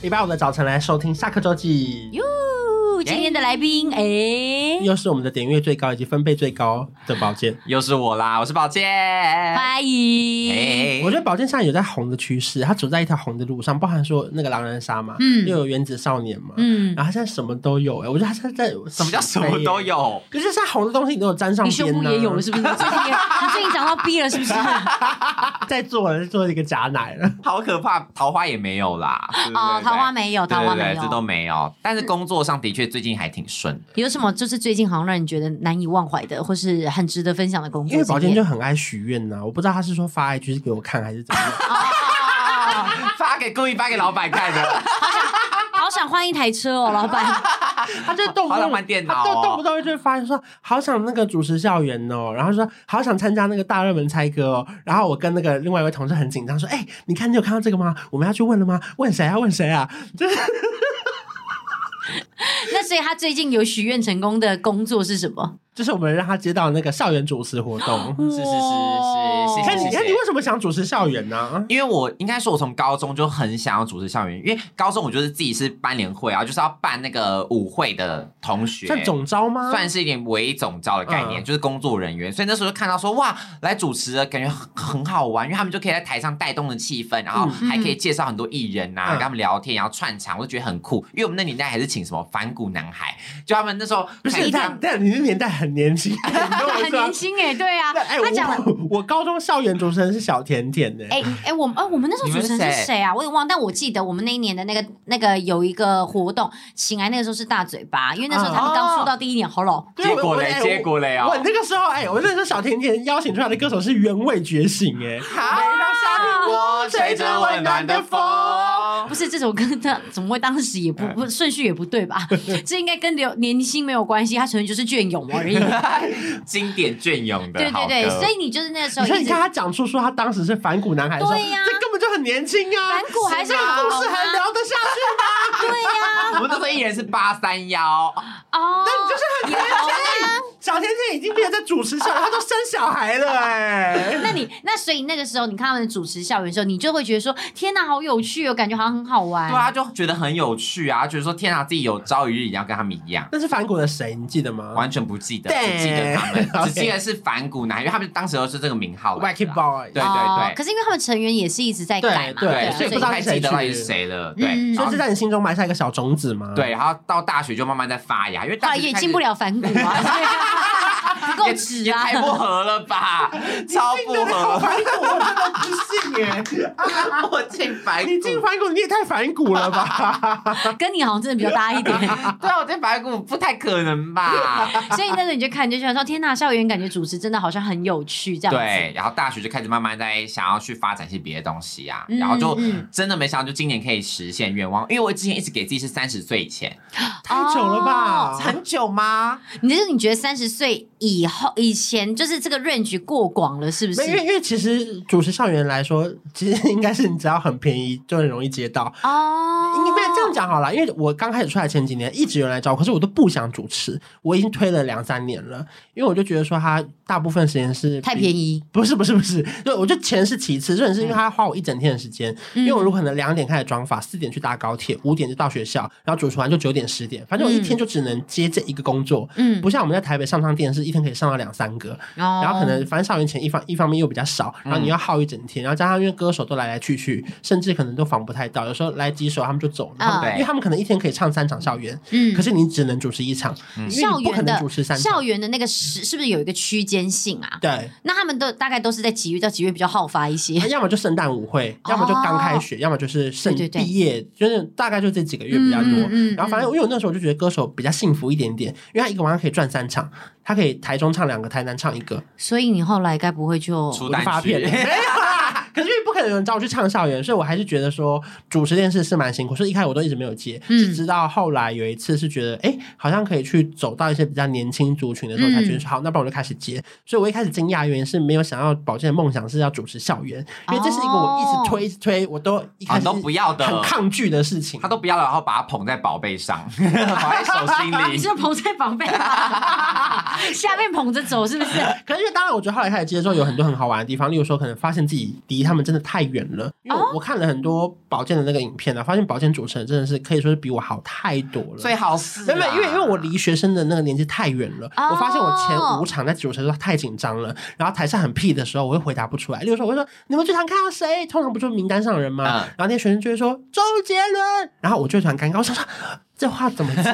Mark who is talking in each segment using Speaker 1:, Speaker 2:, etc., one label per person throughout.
Speaker 1: 礼拜五的早晨来收听下课周记，
Speaker 2: 哟，今天的来宾哎，
Speaker 1: 又是我们的点阅最高以及分贝最高的宝剑。
Speaker 3: 又是我啦，我是宝剑。
Speaker 2: 欢迎，
Speaker 3: 哎
Speaker 1: 我觉得宝剑现在有在红的趋势，它走在一条红的路上，包含说那个狼人杀嘛，
Speaker 2: 嗯
Speaker 1: 又有原子少年嘛，
Speaker 2: 嗯，
Speaker 1: 然后它现在什么都有哎、我觉得它现在
Speaker 3: 什
Speaker 1: 什
Speaker 3: 么叫什么都？有？
Speaker 1: 就是现在红的东西你都有沾上
Speaker 2: 你
Speaker 1: 边、啊，
Speaker 2: 胸部也有了是不是？你最近也 你最近长到 B 了是不是？
Speaker 1: 在做了做一个假奶了，
Speaker 3: 好可怕！桃花也没有啦。对不对
Speaker 2: 哦，桃花没有，
Speaker 3: 对
Speaker 2: 桃花
Speaker 3: 对
Speaker 2: 没
Speaker 3: 对，这都
Speaker 2: 有。
Speaker 3: 没有。但是工作上的确最近还 挺顺的。
Speaker 2: 有什么就是最近好像让你觉得难以忘怀的，或是很值得分享的工作
Speaker 1: 因
Speaker 2: 经
Speaker 1: 为
Speaker 2: 验？
Speaker 1: 宝剑就很爱许愿呐、我不知道他是说发 IG 是给我看还是怎么样，
Speaker 2: 哦
Speaker 3: 发给故意发给老板看 的，
Speaker 2: 好想换一台车哦，老板。
Speaker 1: 他就动不
Speaker 3: 好
Speaker 1: 动
Speaker 3: 想换电
Speaker 1: 他
Speaker 3: 脑
Speaker 1: 就动不
Speaker 3: 哦。
Speaker 1: 动就会发现说，好想那个主持校园哦，然后说好想参加那个大热门猜歌哦，然后我跟那个另外一位同事很紧张说，哎、你看你有看到这个吗？我们要去问了吗？问谁啊？问谁啊？就是
Speaker 2: 那所以他最近有许愿成功的工作是什么？
Speaker 1: 就是我们让他接到那个校园主持活动。
Speaker 3: 是是是是
Speaker 1: 你
Speaker 3: 谢
Speaker 1: 看你，
Speaker 3: 谢哦谢
Speaker 1: 你看你为什么想主持校园呢、
Speaker 3: 因为我应该说，我从高中就很想要主持校园，因为高中我就是自己是班联会啊，就是要办那个舞会的同学，
Speaker 1: 算总招吗？
Speaker 3: 算是一点伪总招的概念，
Speaker 1: 嗯
Speaker 3: 就是工作人员。所以那时候就看到说，哇，来主持了，感觉很很好玩，因为他们就可以在台上带动的气氛，然后还可以介绍很多艺人
Speaker 1: 嗯
Speaker 3: 呐、跟他们聊天，然后串场，我就觉得很酷。因为我们那年代还是请什么反骨男孩，就他们那时候
Speaker 1: 不
Speaker 3: 还
Speaker 1: 是，
Speaker 3: 这
Speaker 1: 但
Speaker 3: 样
Speaker 1: 但你的年代很年轻，你跟我啊说
Speaker 2: 很 年轻哎，对啊，
Speaker 1: 对哎，
Speaker 2: 他讲了。
Speaker 1: 我我高中校园主持人是小甜甜呢、
Speaker 2: 哎哎，我们哎，我们那时候主持人
Speaker 3: 你们
Speaker 2: 是
Speaker 3: 谁
Speaker 2: 谁啊？我也忘，但我记得我们那一年的那个那个有一个活动，醒来那个时候是大嘴巴，因为那
Speaker 1: 啊
Speaker 2: 时候他们刚出
Speaker 1: 哦
Speaker 2: 道第一年，好老。
Speaker 1: 对
Speaker 3: 结果
Speaker 1: 我
Speaker 3: 嘞
Speaker 1: 哎，我
Speaker 3: 结果嘞
Speaker 1: 我
Speaker 3: 哦，
Speaker 1: 那个时候，哎、我那时候小甜甜邀请出来的歌手是原味觉醒、哎，
Speaker 3: 我
Speaker 1: 吹着温暖的风
Speaker 2: 不是这首歌，它怎么会当时也不
Speaker 1: 嗯
Speaker 2: 不顺序也不对吧？ 这应该跟流年薪没有关系，它纯粹就是 隽永而已。
Speaker 3: 经典隽永的
Speaker 2: 对对
Speaker 3: 好歌，
Speaker 2: 对，所以你就是那个时候
Speaker 1: 你看，
Speaker 2: 一
Speaker 1: 你
Speaker 2: 直
Speaker 1: 看他讲出说他当时是反骨男孩的时候，
Speaker 2: 对呀
Speaker 1: 这根本就很年轻啊，
Speaker 2: 反骨还是
Speaker 1: 这
Speaker 2: 很
Speaker 1: 个
Speaker 2: 好
Speaker 3: 啊
Speaker 1: 故事还
Speaker 2: 吗
Speaker 1: 聊得下去吗？
Speaker 2: 对呀，
Speaker 3: 我们那时候艺人是八三幺，
Speaker 1: 哎
Speaker 2: 哦，
Speaker 1: 那
Speaker 2: 啊
Speaker 1: 你就是很年轻。小甜甜已经变成在主持上，他都生小孩了哎、
Speaker 2: 那你那所以那个时候你看他们主持校园的时候，你就会觉得说天哪，好有趣哦，感觉好像很好玩。
Speaker 3: 对啊，就觉得很有趣啊，觉得说天啊，自己有朝一日一定要跟他们一样。
Speaker 1: 那是反骨的谁？你记得吗？
Speaker 3: 完全不记得，
Speaker 1: 嗯对
Speaker 3: 只记得他们，
Speaker 1: OK
Speaker 3: 只记得是反骨男，因为他们当时都是这个名号来
Speaker 1: Wacky
Speaker 3: 的啦。
Speaker 1: Boy，
Speaker 3: 对
Speaker 2: 哦
Speaker 3: 对
Speaker 2: 可是因为他们成员也是一直在
Speaker 1: 对
Speaker 2: 改嘛，
Speaker 1: 对
Speaker 2: 啊
Speaker 1: 所以不知
Speaker 3: 不
Speaker 1: 道
Speaker 3: 太
Speaker 1: 是谁
Speaker 3: 记得到
Speaker 1: 去
Speaker 3: 底是谁了。
Speaker 2: 嗯
Speaker 3: 对，然
Speaker 1: 所
Speaker 3: 后
Speaker 1: 以是在你心中埋下一个小种子吗？
Speaker 3: 对，，然后到大学就慢慢在发芽，因为
Speaker 2: 后
Speaker 3: 大
Speaker 2: 来
Speaker 3: 学
Speaker 2: 也
Speaker 3: 开始
Speaker 2: 进不了反骨 啊，不够
Speaker 3: 也
Speaker 2: 直
Speaker 3: 也
Speaker 2: 啊。
Speaker 3: 太不合了吧，超不
Speaker 1: 好
Speaker 3: 合，
Speaker 1: 反骨，我真的不信哎、
Speaker 3: 我进反骨
Speaker 1: 你。进反骨，你也太反骨了 吧？
Speaker 2: 跟你好像真的比较搭一点，
Speaker 3: 对啊，我进反骨不太可能吧？
Speaker 2: 所以那时候你就看，你就想说，天呐，校园感觉主持真的好像很有趣，这样子。
Speaker 3: 对，然后大学就开始慢慢在想要去发展一些别的东西啊，
Speaker 2: 嗯
Speaker 3: 然后就
Speaker 2: 嗯
Speaker 3: 真的没想到，就今年可以实现愿望，因为我之前一直给自己是三十岁以前，
Speaker 1: 太久了吧？
Speaker 3: 哦很久吗？
Speaker 2: 你就是你觉得三十岁以后以前就是这个 range 过广了，是不是
Speaker 1: 没，？因为因为其实主持校园来说，其实应该是你只要很便宜就很容易接到。
Speaker 2: 哦，
Speaker 1: 你不要这样讲好了，因为我刚开始出来前几年一直有人来找我，可是我都不想主持，我已经推了两三年了，因为我就觉得说他大部分时间是
Speaker 2: 太便
Speaker 1: 宜。
Speaker 2: 宜，
Speaker 1: 不是不是不是，对，我觉得钱是其次，重点是因为他要花我一整天的时间，
Speaker 2: 嗯
Speaker 1: 因为我如果可能两点开始妆发，四点去搭高铁，五点就到学校，然后主持完就九点十点，反正我一天就只能接这一个工作，
Speaker 2: 嗯，哦
Speaker 1: 不像我们在台北上上电视，一天可以上到两三个，
Speaker 2: 然
Speaker 1: 然后可能反正校园钱一方一方面又比较少，
Speaker 2: 嗯
Speaker 1: 然后你要耗一整天，然后加上因为歌手都来来去去，甚至可能都访不太到，有时候来几首他们就走了，然后
Speaker 3: 对
Speaker 1: 因为他们可能一天可以唱三场校园，
Speaker 2: 嗯
Speaker 1: 可是你只能主持一场，
Speaker 3: 嗯
Speaker 1: 因为
Speaker 2: 校
Speaker 1: 你不可
Speaker 2: 园
Speaker 1: 能主持
Speaker 2: 的
Speaker 1: 三
Speaker 2: 校
Speaker 1: 场。
Speaker 2: 园的那个时是不是有一个区间性啊？
Speaker 1: 对，
Speaker 2: 那他们都大概都是在几月到几月比较好发一些？
Speaker 1: 要么就圣诞舞会，
Speaker 2: 哦
Speaker 1: 要么就刚开学，要么就是圣
Speaker 2: 对对对
Speaker 1: 毕业，就是大概就这几个月比较
Speaker 2: 嗯嗯嗯
Speaker 1: 多
Speaker 2: 嗯。
Speaker 1: 然后反正因为我那时候就觉得歌手比较幸福一点点，因为他一个晚上可以赚三场，他可以台中唱两个，台南唱一个，
Speaker 2: 所以你后来该不会就
Speaker 3: 出
Speaker 1: 我就
Speaker 3: 单
Speaker 1: 发
Speaker 3: 曲
Speaker 1: 片了。没有啦可是因为不可能有人找我去唱校园，所以我还是觉得说主持这件事是蛮辛苦，所以一开始我都一直没有接，
Speaker 2: 嗯
Speaker 1: 是直到后来有一次是觉得，哎、好像可以去走到一些比较年轻族群的时候，才觉得说、好，那不然我就开始接。所以我一开始惊讶的原因是没有想要宝剑的梦想是要主持校园，因为这是一个我一直推一直推，我都一开
Speaker 3: 哦啊
Speaker 1: 始
Speaker 3: 都不要的
Speaker 1: 很抗拒的事情。
Speaker 3: 他都不要了，然后把它捧在宝贝上， 捧在手心
Speaker 2: 你
Speaker 3: 里。
Speaker 2: 是捧在宝贝吗，下面捧着走是不 是？
Speaker 1: 可是因为当然，我觉得后来开始接受有很多很好玩的地方，例如说可能发现自己离他们真的太远了，因为我,、我看了很多保健的那个影片呢、啊，发现保健主持人真的是可以说是比我好太多了。
Speaker 3: 最好是啊
Speaker 1: 没
Speaker 3: 啦
Speaker 1: 有，没有因为因为我离学生的那个年纪太远了，
Speaker 2: 哦
Speaker 1: 我发现我前五场在主持的时候太紧张了，然后台上很屁的时候，我会回答不出来。例如说，我会说你们最常看到谁？通常不就是名单上的人吗？
Speaker 3: 嗯
Speaker 1: 然后那些学生就会说周杰伦，然后我就会突然尴尬，我想说这话怎么接？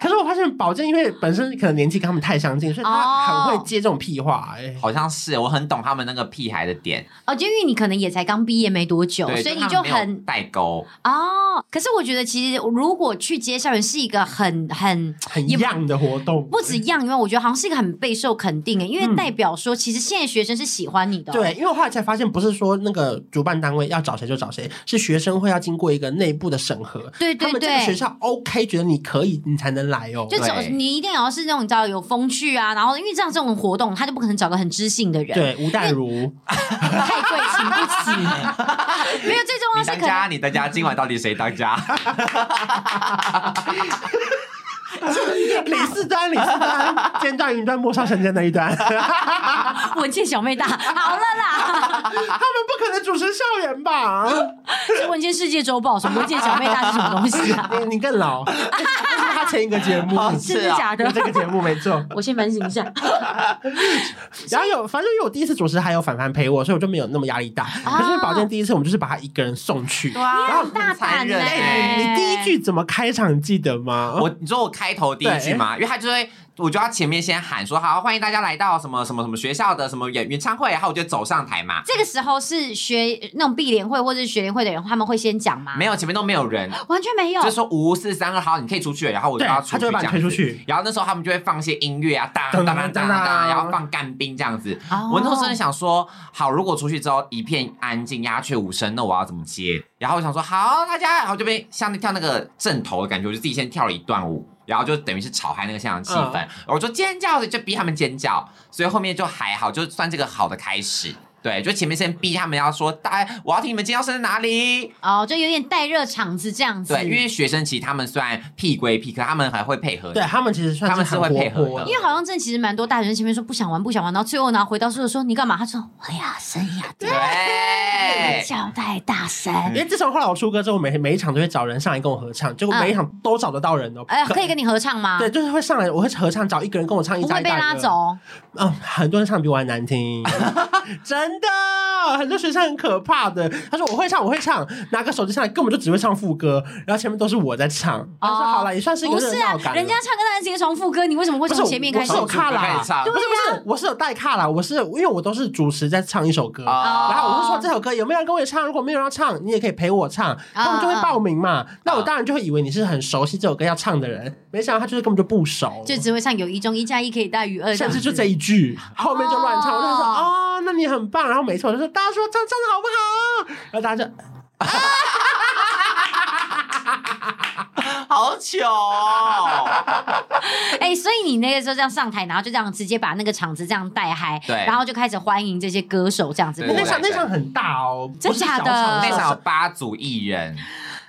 Speaker 1: 可是我发现宝健因为本身可能年纪跟他们太相近，所以他
Speaker 2: 哦
Speaker 1: 很会接这种屁话、哎、
Speaker 3: 好像是我很懂他们那个屁孩的点，
Speaker 2: 哦，就因为你可能也才刚毕业没多久，
Speaker 3: 对，
Speaker 2: 哦所以
Speaker 3: 他
Speaker 2: 你
Speaker 3: 们
Speaker 2: 就
Speaker 3: 没有
Speaker 2: 很
Speaker 3: 代沟，
Speaker 2: 哦。可是我觉得其实如果去接校园是一个很很
Speaker 1: 很
Speaker 2: 也
Speaker 1: 样的活动。
Speaker 2: 不止样，因为我觉得好像是一个很备受肯定的，因为
Speaker 1: 嗯
Speaker 2: 代表说其实现在学生是喜欢你的、哦
Speaker 1: 对，，因为我后来才发现，不是说那个主办单位要找谁就找谁，是学生会要经过一个内部的审核，
Speaker 2: 对
Speaker 1: 他
Speaker 2: 对
Speaker 1: 们这个学
Speaker 2: 对。
Speaker 1: 校 OK，觉得你可以，你才能来哦。
Speaker 2: 就找
Speaker 3: 对
Speaker 2: 你一定要是那种你知道有风趣啊，然后因为这样这种活动，他就不可能找个很知性的人，
Speaker 1: 对，吴淡如，
Speaker 2: 太贵请不起。 没有，最重要
Speaker 3: 你
Speaker 2: 是
Speaker 3: 当
Speaker 2: 可能
Speaker 3: 家，你当家，今晚到底谁当家？
Speaker 1: 李四端，李四端， 尖端、云端、陌上神针那一端， 他
Speaker 2: 文倩小妹大好了啦，
Speaker 1: 们不可能主持校园吧？
Speaker 2: 是文倩世界周报，什么文倩小妹大是什么东 西啊？
Speaker 1: 你你更老，那是他前一个节目，
Speaker 3: 哦
Speaker 2: 真
Speaker 3: 是
Speaker 2: 的
Speaker 3: 啊
Speaker 2: 假的
Speaker 1: 有？这个节目没错。
Speaker 2: 我先反省一下。
Speaker 1: 然后有，反正因为我第一次主持还有凡凡陪我，所以我就没有那么压力大。
Speaker 2: 啊
Speaker 1: 可是保健第一次，我们就是把他一个人送去。
Speaker 3: 啊
Speaker 2: 很大胆呢、
Speaker 1: 欸
Speaker 3: 哎
Speaker 1: 你第一句怎么开场记得吗？
Speaker 3: 我你说我开头第一句嘛，因为他就会，我就要前面先喊说好，欢迎大家来到什么什么什么学校的什么演演唱会，然后我就走上台嘛，
Speaker 2: 这个时候是学那种毕联会或者是学联会的人，他们会先讲吗？
Speaker 3: 没有前面都没有人，
Speaker 2: 完全没有
Speaker 3: 就。说五四三二好，你可以出去了，然后我就
Speaker 1: 对
Speaker 3: 要出去，
Speaker 1: 他就会把你推出去。
Speaker 3: 然后那时候他们就会放一些音乐啊，当当当当当当，然后放干冰这样子。
Speaker 2: 哦
Speaker 3: 我那时候真的想说，好，如果出去之后一片安静，鸦雀无声，那我要怎么接？然后我想说，好，大家，然后这边像那跳那个正头的感觉，我就自己先跳了一段舞。然后就等于是炒嗨那个现场气氛，我就尖叫，就逼他们尖叫，所以后面就还好，就算这个好的开始。对，就前面先逼他们要说，大家我要听你们尖叫声在哪里，
Speaker 2: 哦，就有点带热场子这样子。
Speaker 3: 对，因为学生其实他们虽然屁归屁，可他们还会配合你
Speaker 1: 对。他们其实算
Speaker 3: 他们是
Speaker 1: 很
Speaker 3: 会
Speaker 1: 活
Speaker 3: 配合
Speaker 1: 泼
Speaker 3: 的
Speaker 2: 因为好像真的其实蛮多大学生前面说不想玩不想玩，然后最后呢回到宿舍说你干嘛？他说我呀声呀
Speaker 3: 对，
Speaker 1: 哎
Speaker 2: 叫太大声，
Speaker 1: 因为自从后来我出歌之后，每每一场都会找人上来跟我合唱，结果每一场都找得到人哦。
Speaker 2: 嗯哎、
Speaker 1: 可
Speaker 2: 可以跟你合唱吗？
Speaker 1: 对，就是会上来，我会合唱，找一个人跟我唱一
Speaker 2: 不
Speaker 1: 家
Speaker 2: 会
Speaker 1: 一
Speaker 2: 被
Speaker 1: 大
Speaker 2: 拉
Speaker 1: 歌。
Speaker 2: 走。
Speaker 1: 嗯，很多人唱比我还难 听，真的，很多学生很可怕的。他说我会唱，我会唱，拿个手机上来，根本就只会唱副歌，然后前面都是我在唱。他说好了，也算是一个
Speaker 2: 哦不
Speaker 1: 热
Speaker 2: 是啊
Speaker 1: 闹感，了。
Speaker 2: 人家唱歌当然直接从副歌，你为什么会
Speaker 1: 不是
Speaker 2: 从前面开始
Speaker 1: 我？是有
Speaker 3: 从主
Speaker 1: 卡
Speaker 3: 歌开
Speaker 1: 啦
Speaker 3: 始唱，
Speaker 1: 不是不是，我是有带卡啦，我是因为我都是主持在唱一首歌。
Speaker 2: 哦
Speaker 3: 啊
Speaker 1: 然后我就说这首歌有没有人跟我一起唱？如果没有人要唱，你也可以陪我
Speaker 2: 啊
Speaker 1: 唱，他们就会报名嘛。那我当然就会以为你是很熟悉这首歌要唱的人，没想到他就是根本就不熟，
Speaker 2: 就只会唱有一中一加一可以大于二，
Speaker 1: 甚至就这一句，后面就乱唱。我就说
Speaker 2: 哦
Speaker 1: 哦，那你很棒。然后每次我就说大家说唱唱的好不好？然后大家就
Speaker 3: 好糗哦，
Speaker 2: 哎、所以你那个时候这样上台，然后就这样直接把那个场子这样带嗨，
Speaker 3: 对
Speaker 2: 然后就开始欢迎这些歌手这样子
Speaker 3: 对
Speaker 2: 过
Speaker 1: 那
Speaker 2: 来。
Speaker 1: 场那场很大哦，
Speaker 2: 真
Speaker 1: 不是
Speaker 2: 假
Speaker 1: 小
Speaker 2: 的
Speaker 1: 场
Speaker 3: 那
Speaker 1: 是
Speaker 3: 场有八组艺人，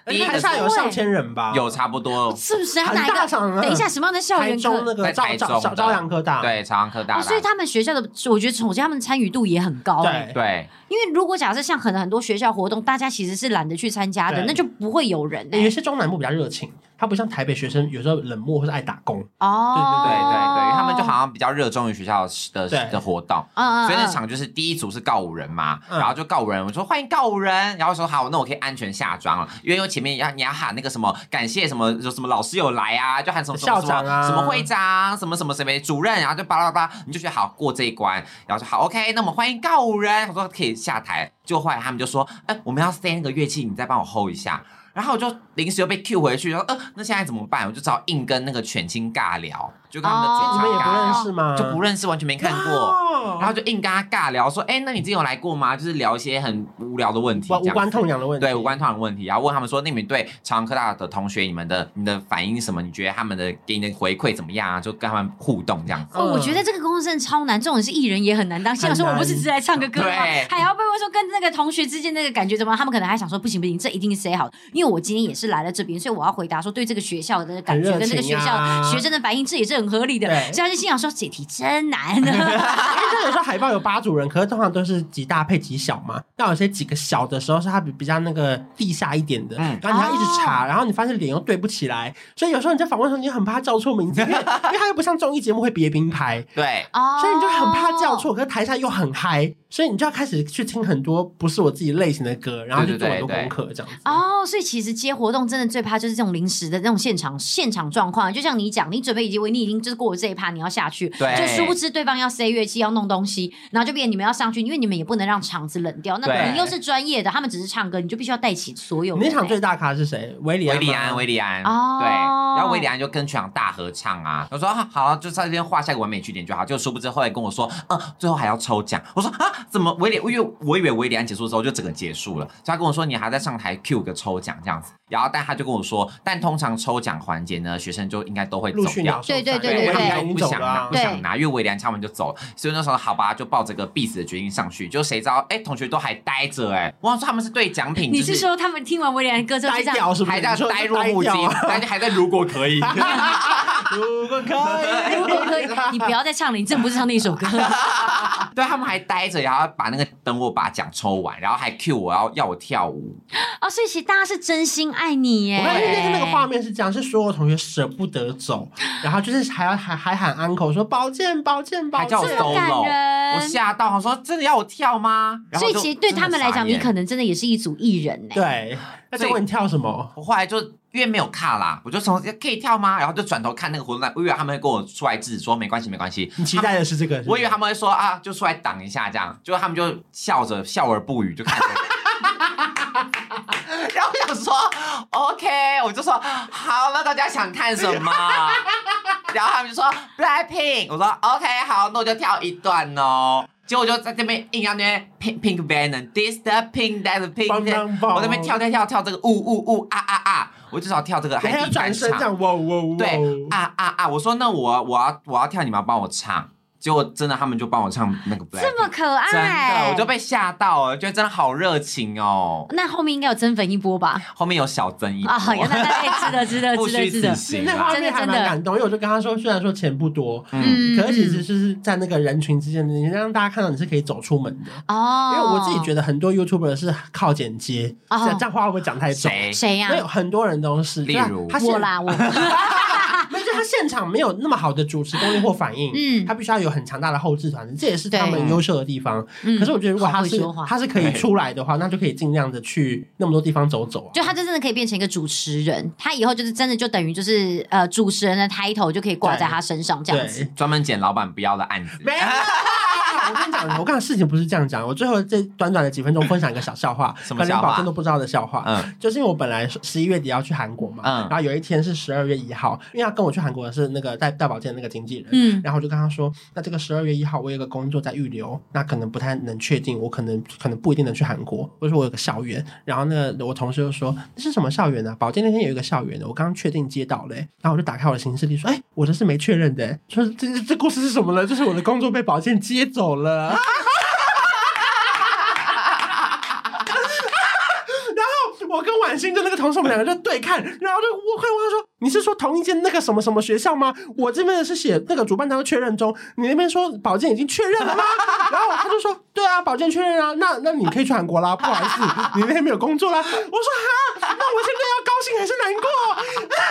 Speaker 3: 第一
Speaker 1: 台
Speaker 3: 个
Speaker 1: 下
Speaker 3: 是
Speaker 1: 有上千人吧？
Speaker 3: 有差不多，
Speaker 2: 是不是？他哪一
Speaker 1: 很大
Speaker 2: 个？
Speaker 1: 场啊
Speaker 2: 等一下，什么样的校
Speaker 1: 台
Speaker 2: 园
Speaker 1: 中
Speaker 2: 课？
Speaker 1: 那个
Speaker 3: 在
Speaker 1: 朝
Speaker 3: 台中
Speaker 1: 朝
Speaker 3: 的
Speaker 1: 朝朝阳科大，
Speaker 3: 对，朝阳科大
Speaker 2: 哦，
Speaker 3: 啦
Speaker 2: 所以，他们学校的，我觉得首先他们参与度也很高、
Speaker 1: 对
Speaker 2: 哎
Speaker 3: 对，
Speaker 2: 因为如果假设像可能很多学校活动，大家其实是懒得去参加的，
Speaker 1: 对
Speaker 2: 那就不会有人哎、
Speaker 1: 有些中南部比较热情，他不像台北学生有时候冷漠或是爱打工。
Speaker 2: 哦，
Speaker 3: 对对对，因为他们就好像比较热衷于学校的
Speaker 1: 对
Speaker 3: 的活动。
Speaker 2: 嗯，嗯嗯，
Speaker 3: 所以那场就是第一组是告五人嘛，
Speaker 1: 嗯
Speaker 3: 然后就告五人，我说欢迎告五人，然后说好，那我可以安全下庄了，因为我前面要你要喊那个什么感谢什么什么老师有来啊，就喊什么什
Speaker 1: 校
Speaker 3: 么
Speaker 1: 长啊
Speaker 3: 什么什么会长，什么什么什么主任，然后就巴拉巴拉，你就觉得好过这一关，然后说好 OK，那我们欢迎告五人，我说可以下台，就后来他们就说，哎、我们要 s 那个乐器，你再帮我 hold 一下。然后我就临时又被 Q 回去，然后呃，那现在怎么办？我就只好硬跟那个犬青尬聊，就跟他们的全
Speaker 2: 哦
Speaker 1: 你
Speaker 3: 场
Speaker 1: 们也不
Speaker 3: 尬
Speaker 1: 认
Speaker 3: 聊
Speaker 1: 识吗？哦
Speaker 3: 就不认识，完全没看过。
Speaker 1: 过
Speaker 3: 然后就硬跟他尬聊，说：“哎、那你之前有来过吗？”就是聊一些很无聊的问题，
Speaker 1: 无
Speaker 3: 这样
Speaker 1: 关
Speaker 3: 子
Speaker 1: 痛痒的问题，
Speaker 3: 对无关痛痒的问题。然后问他们说：“那你们对朝阳科大的同学，你们的你的反应是什么？你觉得他们的给你的回馈怎么样啊？”就跟他们互动这样子。
Speaker 2: 哦，我觉得这个工作真的超难，这种是艺人也很难当。心想
Speaker 1: 嗯
Speaker 2: 说
Speaker 1: 很
Speaker 2: 我
Speaker 1: 难
Speaker 2: 不是只是来唱个歌吗？
Speaker 3: 对
Speaker 2: 还要被问说跟那个同学之间那个感觉怎么样？他们可能还想说不行不行，这一定是谁好？因为我今天也是来了这边，所以我要回答说对这个学校的感觉
Speaker 1: 很热
Speaker 2: 跟这个学
Speaker 1: 情
Speaker 2: 校
Speaker 1: 啊
Speaker 2: 学生的反应，这也是很合理的。
Speaker 1: 对
Speaker 2: 所以他就心想说这题真 难呢。
Speaker 1: 因为就有时候海报有八组人，可是通常都是几大配几小嘛。那有些几个小的时候是它比比较那个地下一点的，
Speaker 3: 嗯
Speaker 1: 然后你要一直查，
Speaker 2: 哦
Speaker 1: 然后你发现脸又对不起来，所以有时候你在访问的时候，你很怕叫错名 字，因为因为它又不像综艺节目会别名牌，
Speaker 3: 对，
Speaker 2: 哦
Speaker 1: 所以你就很怕叫。错。可是台下又很嗨，所以你就要开始去听很多不是我自己类型的歌，然后去做很多功课这样子。
Speaker 2: 哦，所以其实接活动真的最怕就是这种临时的那种现场现场状况，就像你讲，你准备以为你已经就是过了这一趴，你要下去，
Speaker 3: 对
Speaker 2: 就殊不知对方要塞乐器要弄东西，然后就变成你们要上去，因为你们也不能让场子冷掉。那
Speaker 3: 对
Speaker 2: 你又是专业的，他们只是唱歌，你就必须要带起所有
Speaker 1: 你
Speaker 2: 人
Speaker 1: 那场
Speaker 2: 欸
Speaker 1: 最大咖是谁？维里
Speaker 3: 维
Speaker 1: 安吗。
Speaker 3: 里安，维里安，
Speaker 2: 哦
Speaker 3: 对，然后维里安就跟全场大合唱啊，我说啊好，就在这边画下一个完美句点就好，就殊不知后来跟我说，嗯，最后还要抽奖，我说啊，怎么维里，因为我以为维里安结束的时候就整个结束了，所以他跟我说你还在上台 Q 个抽奖这样子，然后但他就跟我说，但通常抽奖环节呢，学生就应该都会走
Speaker 1: 陆续
Speaker 3: 掉
Speaker 1: 鸟。兽散
Speaker 2: 对对对对
Speaker 3: 维里
Speaker 1: 维里安
Speaker 3: 安
Speaker 1: 已
Speaker 3: 就
Speaker 1: 经
Speaker 3: 不
Speaker 1: 走
Speaker 3: 想
Speaker 1: 了
Speaker 3: 拿，
Speaker 1: 啊
Speaker 3: 不。想拿，因为维里安唱完就走了，所以那时候好吧，就抱着个必死的决心上去。就谁知道，哎，同学都还待着，哎，我想说他们是对奖品，
Speaker 2: 你
Speaker 3: 就是
Speaker 2: 说他们听完威廉的歌之后
Speaker 1: 呆
Speaker 2: 就这样？
Speaker 1: 掉是不
Speaker 3: 还
Speaker 1: 是？
Speaker 3: 在
Speaker 1: 你说
Speaker 3: 呆若木鸡
Speaker 1: 呆掉，啊
Speaker 3: 还在还在如果可以，
Speaker 1: 如果可以，
Speaker 2: 如果可以， 你不要再唱了，你真的不是唱那首歌。
Speaker 3: 对他们还呆着，然后把那个等我把奖抽完，然后还 cue 我要要我跳舞，
Speaker 2: 哦，所以其实大家是真心爱你耶。
Speaker 3: 哎
Speaker 1: 我看那天那个画面是这样，是所有同学舍不得走，然后就是还要还还喊 uncle 说保健保健保
Speaker 3: 还叫我
Speaker 1: 健，
Speaker 2: 这么感
Speaker 3: solo，
Speaker 2: 人
Speaker 3: 我吓到，我说真的要我跳吗？然后
Speaker 2: 嗯所以
Speaker 3: 就
Speaker 2: 其实对他们来讲，
Speaker 3: 真的
Speaker 2: 你
Speaker 3: 傻眼
Speaker 2: 可能真的也是一组艺人呢。欸
Speaker 1: 对，那结果你跳什么？
Speaker 3: 我后来就因为没有卡啦，我就从可以跳吗？然后就转头看那个活动单，我以为他们会跟我出来制止说没关系没关系，
Speaker 1: 你期待的是这个？是不是
Speaker 3: 我以为他们会说啊，就出来挡一下这样，就他们就笑着笑而不语，就看着 我。然后我想说，OK，我就说好，那大家想看什么？ 然后他们就说 Blackpink，我说 OK，好，那我就跳一段哦。结果我就在这边硬要那边 Pink Pink Venom，This the Pink that the Pink，
Speaker 1: 棒棒棒
Speaker 3: 我在那边跳跳跳跳这个呜呜呜啊啊啊，我至少跳这个
Speaker 1: 你还要
Speaker 3: 第
Speaker 1: 转
Speaker 3: 三
Speaker 1: 身
Speaker 3: 场
Speaker 1: 这。样，哇哇哇！
Speaker 3: 对啊啊啊！我说那我我要我要跳，你们要帮我唱。结果真的他们就帮我唱那个 Black，
Speaker 2: 这么可爱，
Speaker 3: 真的，我就被吓到了，觉得真的好热情哦。
Speaker 2: 那后面应该有增粉一波吧？
Speaker 3: 后面有小增一波
Speaker 2: 啊， 那那那值得，值 得，
Speaker 3: 不
Speaker 2: 值得，
Speaker 3: 虚
Speaker 2: 值
Speaker 3: 此
Speaker 2: 得。
Speaker 3: 行啊
Speaker 1: 那
Speaker 3: 啦。
Speaker 1: 画面还蛮感动，因为我就跟他说，虽然说钱不多，
Speaker 3: 嗯，
Speaker 1: 可是其实就是在那个人群之间，你让大家看到你是可以走出门的。
Speaker 2: 哦
Speaker 1: 因，为我自己觉得很多 YouTuber 是靠剪接，
Speaker 2: 哦
Speaker 1: 这这样话会不会讲太重？
Speaker 3: 谁？
Speaker 2: 谁呀
Speaker 1: 没？有很多人都是，
Speaker 3: 例
Speaker 1: 就是
Speaker 3: 如
Speaker 1: 他是
Speaker 2: 我啦，我
Speaker 1: 没有，就他现场没有那么好的主持功力或反应，
Speaker 2: 嗯
Speaker 1: 他必须要有很强大的后置团队，这也是他们
Speaker 2: 对
Speaker 1: 优秀的地方。
Speaker 2: 嗯
Speaker 1: 可是我觉得，如果
Speaker 2: 好
Speaker 1: 他
Speaker 2: 会
Speaker 1: 是
Speaker 2: 说话
Speaker 1: 他是可以出来的话，那就可以尽量的去那么多地方走走啊。
Speaker 2: 就他就真的可以变成一个主持人，他以后就是真的就等于就是呃主持人的 title 就可以挂在他身上这样子。
Speaker 1: 对，
Speaker 3: 专门捡老板不要的案子。
Speaker 1: 没有 啦。我跟你讲，我刚刚事情不是这样讲。我最后这短短的几分钟分享一个小笑话，
Speaker 3: 什么
Speaker 1: 可
Speaker 3: 笑
Speaker 1: 能
Speaker 3: 话
Speaker 1: 宝珍都不知道的笑话。
Speaker 3: 嗯，
Speaker 1: 就是因为我本来十一月底要去韩国嘛，
Speaker 3: 嗯
Speaker 1: 然后有一天是十二月一号，因为要跟我去韩国的是那个带带保健的那个经纪人，
Speaker 2: 嗯
Speaker 1: 然后我就跟他说，那这个十二月一号我有个工作在预留，那可能不太能确定，我可能可能不一定能去韩国。我说我有个校园，然后那个我同事就说那是什么校园呢、啊？保健那天有一个校园的，我刚刚确定接到嘞、然后我就打开我的行事历说，哎，我这是没确认的、欸，说这这这故事是什么了？就是我的工作被保健接走了。啊我跟婉欣的那个同事，我们两个就对看，然后就我看我他说你是说同一间那个什么什么学校吗？我这边的是写那个主办单位确认中，你那边说保健已经确认了吗？ 然后他就说对啊，保健确认啊，那那你可以去韩国啦，不好意思，你那天没有工作啦。我说哈，那我现在要高兴还是难过？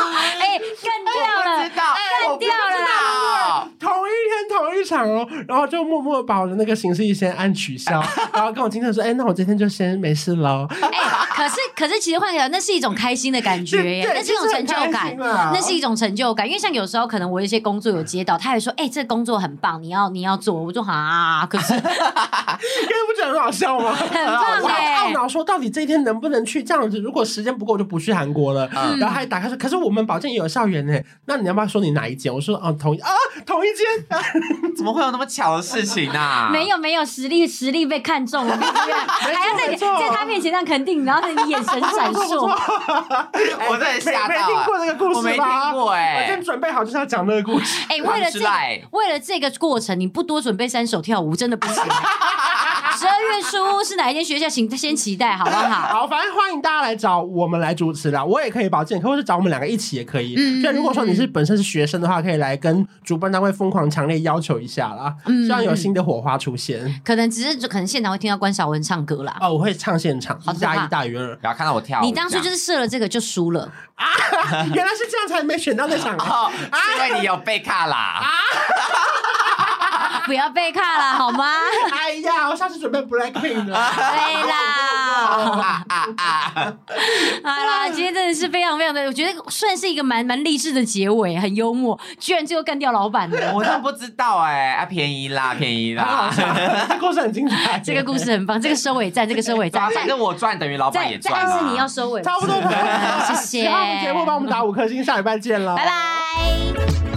Speaker 2: 哎，干掉
Speaker 3: 我
Speaker 2: 了，哎
Speaker 3: 不知道，哎我
Speaker 2: 干
Speaker 3: 不
Speaker 2: 掉了。
Speaker 3: 知道。
Speaker 1: 同一天同一场哦，然后就默默把我的那个形式先按取消，然后跟我经纪人说，哎，那我今天就先没事喽。
Speaker 2: 哎，可是可是其实换个角度，那是一种开心的感觉耶，
Speaker 1: 对
Speaker 2: 那是一种成就感。
Speaker 1: 啊
Speaker 2: 那是一种成就感，因为像有时候可能我有一些工作有接到，他也说：“哎、这工作很棒，你要你要做。”我就啊，可是
Speaker 1: 因为不觉得很好笑吗？
Speaker 2: 很棒
Speaker 1: 我
Speaker 2: 哎、
Speaker 1: 还懊恼说，到底这一天能不能去？这样子，如果时间不够，我就不去韩国了。
Speaker 3: 嗯
Speaker 1: 然后还打开说，可是我们保健也有校园呢、欸那你要不要说你哪一间？我说哦，同一啊，同一间。
Speaker 3: 怎么会有那么巧的事情啊？
Speaker 2: 没有没有实力，实力被看中了，我跟你讲还要在你
Speaker 1: 没错
Speaker 2: 在他面前这样肯定，然后在你眼神 闪烁。
Speaker 3: 我真的
Speaker 1: 没
Speaker 3: 吓
Speaker 1: 没
Speaker 3: 到
Speaker 1: 听
Speaker 3: 啊
Speaker 1: 过这个故
Speaker 3: 我没
Speaker 1: 事
Speaker 3: 听
Speaker 1: 吧？
Speaker 3: 过
Speaker 1: 我
Speaker 3: 哎、
Speaker 1: 正准备好就是要讲这个故 事。
Speaker 2: 哎、为了
Speaker 3: 是
Speaker 2: 这
Speaker 3: 赖
Speaker 2: 为了这个过程，你不多准备三首跳舞，真 的不行。十二月初是哪一间学校？请先期待好不好？
Speaker 1: 好，反正欢迎大家来找我们来主持啦，我也可以保健，或是找我们两个一起也可以。
Speaker 2: 嗯
Speaker 1: 所以如果说你是
Speaker 2: 嗯
Speaker 1: 本身是学生的话，可以来跟主办单位疯狂强烈要求一下啦，
Speaker 2: 嗯
Speaker 1: 希望有新的火花出现。
Speaker 2: 可能只是就可能现场会听到关晓雯唱歌啦。
Speaker 1: 哦，我会唱现场，
Speaker 2: 好
Speaker 1: 一
Speaker 2: 可
Speaker 1: 加
Speaker 2: 怕
Speaker 1: 一大于二。
Speaker 3: 然后看到我跳舞，
Speaker 2: 你当初
Speaker 3: 这
Speaker 2: 就
Speaker 3: 样
Speaker 2: 是设了这个就输了，
Speaker 1: 原来是这样才没选到那场啊。
Speaker 3: 哦，是因为你有被卡
Speaker 2: 啊
Speaker 3: 啦，
Speaker 2: 不要被看了好吗？
Speaker 1: 哎呀，我下次准备 Blackpink 了。
Speaker 2: 对啦，
Speaker 3: 啊啊啊！
Speaker 2: 好啦，今天真的是非常非常的，我觉得算是一个蛮蛮励志的结尾，很幽默，居然最后干掉老板 了。
Speaker 3: 我真的不知道哎、啊便宜啦，便宜
Speaker 1: 很好
Speaker 3: 啦。
Speaker 1: 笑，这故事很精彩。
Speaker 2: 这个故事很棒，这个收尾赞，这个收尾
Speaker 3: 对啊
Speaker 2: 赞，
Speaker 3: 反正我赚等于老板
Speaker 2: 再
Speaker 3: 也
Speaker 2: 再
Speaker 3: 赚
Speaker 2: 暗示
Speaker 3: 啊。
Speaker 2: 你要收尾，
Speaker 1: 差不多吧。
Speaker 2: 谢谢
Speaker 1: 喜欢我们节目，帮我们打五颗星，下礼拜见喽，
Speaker 2: 拜。拜。